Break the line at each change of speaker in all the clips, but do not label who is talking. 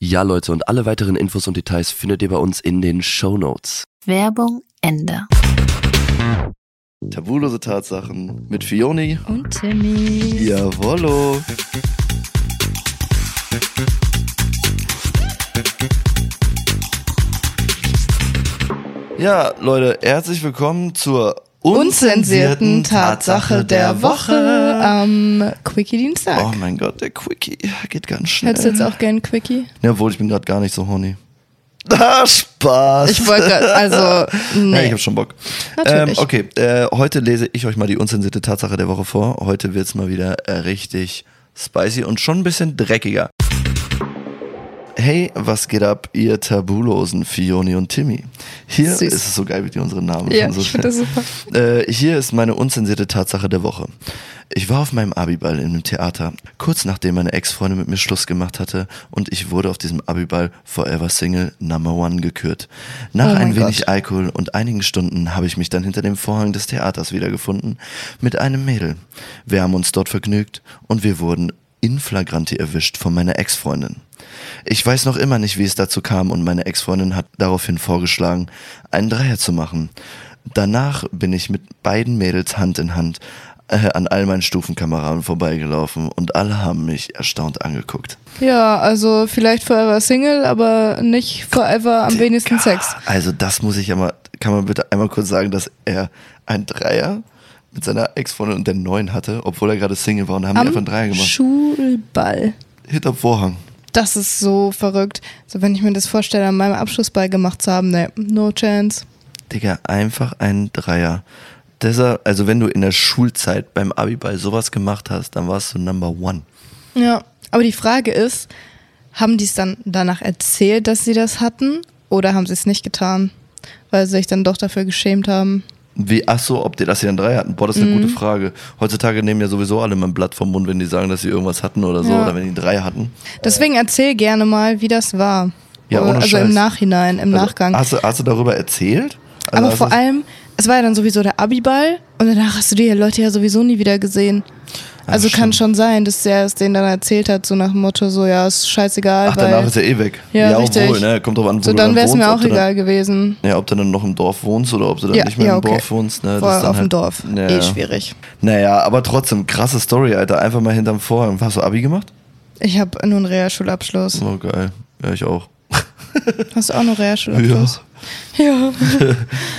Ja, Leute, und alle weiteren Infos und Details findet ihr bei uns in den Show Notes.
Werbung Ende.
Tabulose Tatsachen mit Fioni.
Und Timmy.
Jawollo. Ja, Leute, herzlich willkommen zur unzensierten Tatsache der Woche.
Ah. am
Oh
Quickie-Dienstag.
mein Gott, der Quickie geht ganz schnell.
auch gern Quickie?
Jawohl, ich bin gerade gar nicht so horny. Ah, Spaß.
Ich wollte gerade, also,
Ja, ich
nee.
habe schon Bock.
Natürlich.
Ähm, okay, äh, heute lese ich euch mal die unzensierte Tatsache der Woche vor. Heute wird's mal wieder äh, richtig spicy und schon ein bisschen dreckiger. Hey, was geht ab, ihr Tabulosen, Fioni und Timmy? Hier
Süß.
ist es so geil, wie die unsere Namen
Ja,
schon so
ich finde das
schnell-
super.
äh, hier ist meine unzensierte Tatsache der Woche. Ich war auf meinem Abiball in einem Theater, kurz nachdem meine Ex-Freundin mit mir Schluss gemacht hatte und ich wurde auf diesem Abiball Forever Single Number One gekürt. Nach
Oh mein
ein wenig Alkohol und einigen Stunden habe ich mich dann hinter dem Vorhang des Theaters wiedergefunden mit einem Mädel. Wir haben uns dort vergnügt und wir wurden in flagranti erwischt von meiner Ex-Freundin. Ich weiß noch immer nicht, wie es dazu kam und meine Ex-Freundin hat daraufhin vorgeschlagen, einen Dreier zu machen. Danach bin ich mit beiden Mädels Hand in Hand äh, an all meinen Stufenkameraden vorbeigelaufen und alle haben mich erstaunt angeguckt.
Ja, also vielleicht forever Single, aber nicht forever am wenigsten Sex.
Also das muss ich ja mal, kann man bitte einmal kurz sagen, dass er ein Dreier mit seiner Ex-Freundin und der Neuen hatte, obwohl er gerade Single war und haben die
Am
einfach einen Dreier gemacht.
Schulball.
Hinterm Vorhang.
Das ist so verrückt. So, wenn ich mir das vorstelle, an meinem Abschlussball gemacht zu haben, ne, no chance.
Digga, einfach ein Dreier. Deshalb, also wenn du in der Schulzeit beim Abi bei sowas gemacht hast, dann warst du Number One.
Ja, aber die Frage ist, haben die es dann danach erzählt, dass sie das hatten oder haben sie es nicht getan? Weil sie sich dann doch dafür geschämt haben.
Wie, ach so, ob die, dass sie einen Dreier hatten? Boah, das ist
Mhm.
eine gute Frage. Heutzutage nehmen ja sowieso alle mal ein Blatt vom Mund, wenn die sagen, dass sie irgendwas hatten oder so,
Ja.
oder wenn die einen Dreier hatten.
Deswegen erzähl gerne mal, wie das war.
Ja, ohne
also
Scheiß.
im Nachhinein, im Nachgang.
Also, hast, du, hast du darüber erzählt? Also
Aber
hast
vor
du's-
allem, es war ja dann sowieso der Abiball und danach hast du die Leute ja sowieso nie wieder gesehen. Also kann
stimmt.
schon sein, dass der es denen dann erzählt hat, so nach dem Motto, so ja, ist scheißegal,
Ach, danach
weil
ist er eh weg.
Ja, richtig.
obwohl, ne? Kommt drauf an, wo
so
du
dann wäre es
wohnst,
mir
ob
auch
du dann-
egal gewesen.
Ja, ob du dann noch im Dorf wohnst oder ob du dann
Ja,
nicht mehr
ja,
im
okay.
Dorf wohnst. Ne?
Vorher
ist dann
auf dem Dorf.
Ja,
eh
ja.
schwierig.
Naja, aber trotzdem, krasse Story, Alter. Einfach mal hinterm Vorhang. Hast du Abi gemacht?
Ich habe nur einen Realschulabschluss.
Oh, geil. Ja, ich auch.
Hast du auch noch Realschulabschluss? Ja.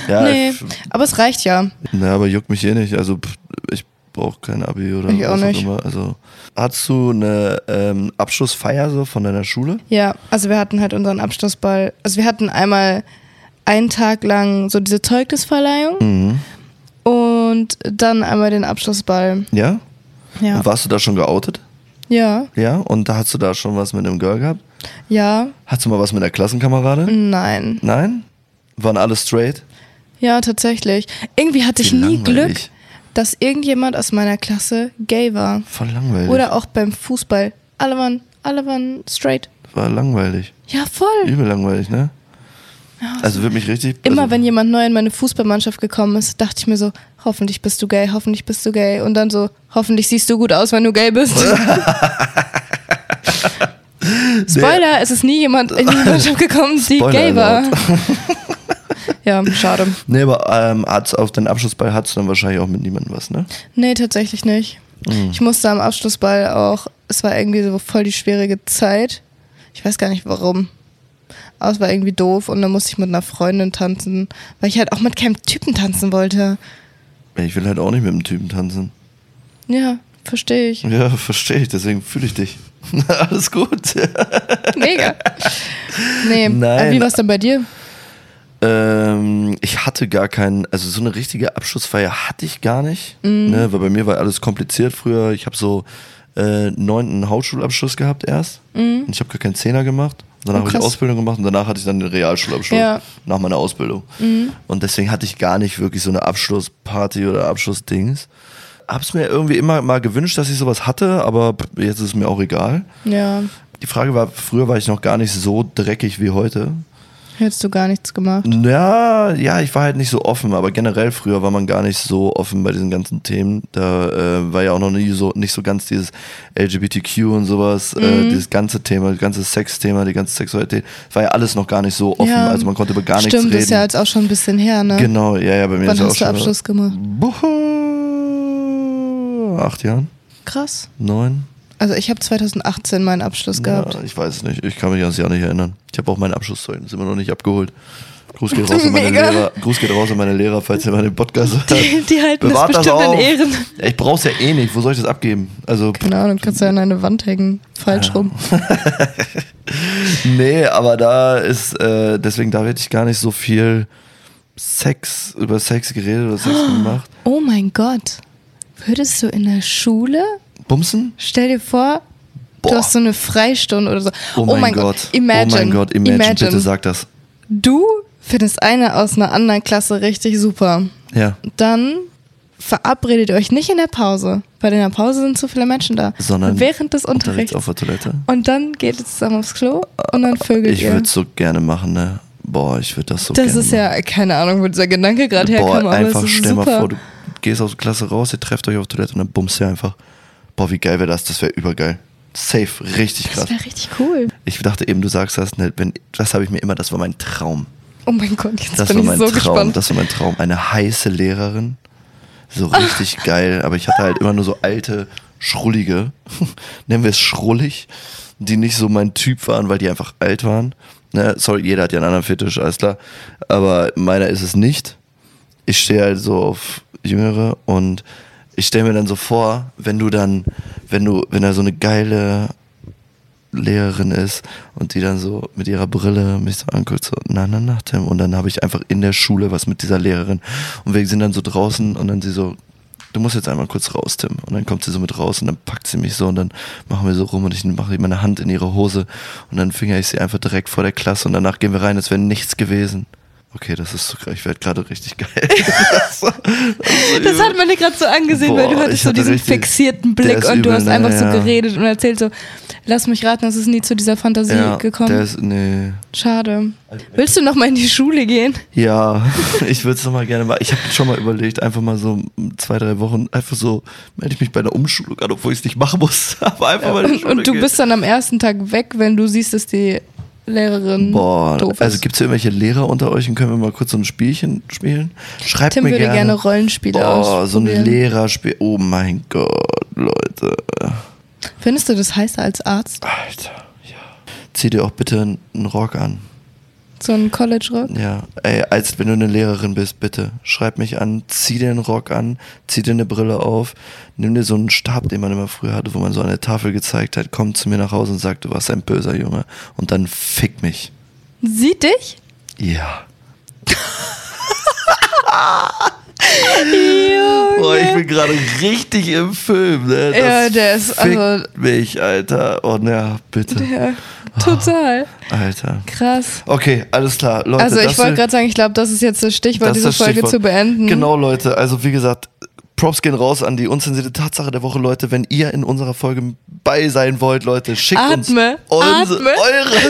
Ja,
nee,
ich,
aber es reicht ja.
na, aber juckt mich eh nicht. Also, pff, ich brauche kein Abi oder
Ich auch
was
nicht.
auch immer. Also, hattest du eine ähm, Abschlussfeier so von deiner Schule?
Ja, also wir hatten halt unseren Abschlussball. Also wir
Mhm.
hatten einmal einen Tag lang so diese Zeugnisverleihung. Und und dann einmal den Abschlussball.
Ja?
Ja.
Und warst du da schon geoutet?
Ja.
Ja? Und da hast du da schon was mit einem Girl gehabt?
Ja.
Hattest du mal was mit einer Klassenkameradin?
Nein.
Nein? Waren alle straight?
Ja, tatsächlich. Irgendwie hatte ich
Wie
nie
langweilig.
Glück, dass irgendjemand aus meiner Klasse gay war.
Voll langweilig.
Oder auch beim Fußball. Alle waren, alle waren straight.
War langweilig.
Ja, voll.
Übel langweilig, ne? Also wird mich richtig.
Immer
also,
wenn jemand neu in meine Fußballmannschaft gekommen ist, dachte ich mir so, hoffentlich bist du gay, hoffentlich bist du gay. Und dann so, hoffentlich siehst du gut aus, wenn du gay bist. Spoiler, es ist nie jemand in die Mannschaft gekommen, die
Spoiler
gay war. ja, schade.
Nee, aber ähm, hat's auf deinen Abschlussball hattest du dann wahrscheinlich auch mit niemandem was, ne?
Nee, tatsächlich nicht.
Mhm.
Ich musste am Abschlussball auch, es war irgendwie so voll die schwierige Zeit. Ich weiß gar nicht warum. Aber es war irgendwie doof und dann musste ich mit einer Freundin tanzen, weil ich halt auch mit keinem Typen tanzen wollte.
Ich will halt auch nicht mit dem Typen tanzen.
Ja, verstehe ich.
Ja, verstehe ich, deswegen fühle ich dich. Alles gut.
Mega. Nee,
Nein.
aber wie war es dann bei dir?
Ähm, ich hatte gar keinen, also so eine richtige Abschlussfeier hatte ich gar nicht,
Mhm.
ne, weil bei mir war alles kompliziert früher. Ich habe so äh, neunten Hauptschulabschluss gehabt erst und ich habe gar keinen Zehner gemacht. Danach
Mhm. Oh,
habe ich
krass.
Ausbildung gemacht und danach hatte ich dann den Realschulabschluss
Ja. Mhm.
nach meiner Ausbildung. Und deswegen hatte ich gar nicht wirklich so eine Abschlussparty oder Abschlussdings. Hab's mir irgendwie immer mal gewünscht, dass ich sowas hatte, aber jetzt ist es mir auch egal.
Ja,
Die Frage war, früher war ich noch gar nicht so dreckig wie heute.
hättest du gar nichts gemacht.
Ja, ja, ich war halt nicht so offen, aber generell früher war man gar nicht so offen bei diesen ganzen Themen. Da äh, war ja auch noch nie so, nicht so ganz dieses LGBTQ und sowas, äh,
Mhm.
dieses ganze Thema, das ganze Sexthema, die ganze Sexualität, war ja alles noch gar nicht so offen.
Ja.
Also man konnte über gar
Stimmt,
nichts reden.
ist ja jetzt auch schon ein bisschen her, ne?
genau, ja, ja, bei mir ist
Wann
ja
hast du
auch
Abschluss gemacht?
schon. Acht Jahren?
Krass.
Neun?
Also ich habe 2018 meinen Abschluss gehabt.
Ja, ich weiß es nicht. Ich kann mich ans Jahr nicht erinnern. Ich habe auch mein Abschlusszeugnis immer noch nicht abgeholt. Gruß geht raus an meine
Mega.
Lehrer. Gruß geht raus an meine Lehrer, falls ihr mal den Podcast hört.
Die- die halten das
Bewahrt
bestimmt in
auf.
Ehren.
Ja, Ich brauch's ja eh nicht. Wo soll ich das abgeben? Also, pff,
Keine Ahnung, kannst du ja an eine Wand hängen. Falsch rum.
nee, aber da ist, äh, deswegen, da werde ich gar nicht so viel Sex, über Sex geredet oder Sex gemacht.
Oh mein Gott. Würdest du in der Schule?
Bumsen?
Stell dir vor,
Boah.
du hast so eine Freistunde oder so.
Oh mein, Gott.
Imagine.
Oh mein Gott, imagine. Bitte sag das.
Du findest eine aus einer anderen Klasse richtig super.
Ja.
Dann verabredet ihr euch nicht in der Pause, weil in der Pause sind zu viele Menschen da.
Sondern
während des
Unterricht
Unterrichts.
auf der Toilette.
und dann geht ihr zusammen aufs Klo und dann vögelt
Ich
ihr.
würde so gerne machen, ne? Boah, ich würde das so gerne
das ist ja, keine Ahnung, wo dieser Gedanke gerade herkam,
Boah,
aber
einfach
es ist
stell
super.
mal vor, du gehst aus der Klasse raus, ihr trefft euch auf Toilette und dann bummst ihr einfach. Boah, wie geil wäre das? Das wäre übergeil. Safe, richtig krass.
das wäre richtig cool.
Ich dachte eben, du sagst das, ne, wenn, das habe ich mir immer, das war mein Traum.
Oh mein Gott, jetzt
Das
bin
war
ich
mein
so
Traum,
gespannt.
das war mein Traum. Eine heiße Lehrerin, so richtig geil, aber ich hatte halt immer nur so alte, schrullige, nennen wir es schrullig, die nicht so mein Typ waren, weil die einfach alt waren. Ne, sorry, jeder hat ja einen anderen Fetisch, alles klar, aber meiner ist es nicht ich stehe halt so auf Jüngere und ich stelle mir dann so vor, wenn du dann, wenn du, wenn da so eine geile Lehrerin ist und die dann so mit ihrer Brille mich so anguckt, so, na, na, na, Tim. Und dann habe ich einfach in der Schule was mit dieser Lehrerin. Und wir sind dann so draußen und dann sie so, du musst jetzt einmal kurz raus, Tim. Und dann kommt sie so mit raus und dann packt sie mich so und dann machen wir so rum und ich mache meine Hand in ihre Hose und dann finger ich sie einfach direkt vor der Klasse und danach gehen wir rein, als wäre nichts gewesen. Okay, das ist so geil. Ich werde gerade richtig geil. das,
Das hat man dir gerade so angesehen, weil
Boah,
du
ich
hattest so
hatte
diesen
richtig-
fixierten
Der
Blick
ist
und du
übel,
hast
ne?
einfach
Ja.
so geredet und erzählt so, lass mich raten, das ist nie zu dieser Fantasie
ja, Der
gekommen.
ist, nee.
Schade. Willst du nochmal in die Schule gehen?
Ja, ich würde es nochmal gerne mal. Ich habe schon mal überlegt, einfach mal so zwei, drei Wochen, einfach so melde ich mich bei einer Umschulung an, obwohl ich es nicht machen muss. Aber einfach mal in die
Und,
Schule
und du
gehen.
bist dann am ersten Tag weg, wenn du siehst, dass die Lehrerin
Boah,
doof ist.
also gibt es hier irgendwelche Lehrer unter euch und können wir mal kurz so ein Spielchen spielen? Schreibt
Tim
mir
würde gerne,
gerne
Rollenspiele
Oh, so ein
ausprobieren.
Lehrerspiel. Oh mein Gott, Leute.
Findest du das heißer als Arzt?
Alter, ja. Zieh dir auch bitte einen Rock an.
So ein College-Rock?
Ja, ey, als wenn du eine Lehrerin bist, bitte. Schreib mich an, zieh dir einen Rock an, zieh dir eine Brille auf, nimm dir so einen Stab, den man immer früher hatte, wo man so an der Tafel gezeigt hat, komm zu mir nach Hause und sag, du warst ein böser Junge. Und dann fick mich.
Sieht dich?
Ja. Boah, ich bin gerade richtig im Film, ne? Das
Ja, der ist-
fickt
also-
mich, Alter. Oh, na, bitte.
Ja, total.
Alter.
Krass.
Okay, alles klar. Leute,
Also
das
ich wollte
sind-
gerade sagen, ich glaube, das ist jetzt das Stichwort,
das ist
diese
das
Folge
Stichwort.
zu beenden.
Genau, Leute. Also, wie gesagt, Props gehen raus an die unzensierte Tatsache der Woche, Leute. Wenn ihr in unserer Folge bei sein wollt, Leute, schickt
Atme,
uns uns-
atme.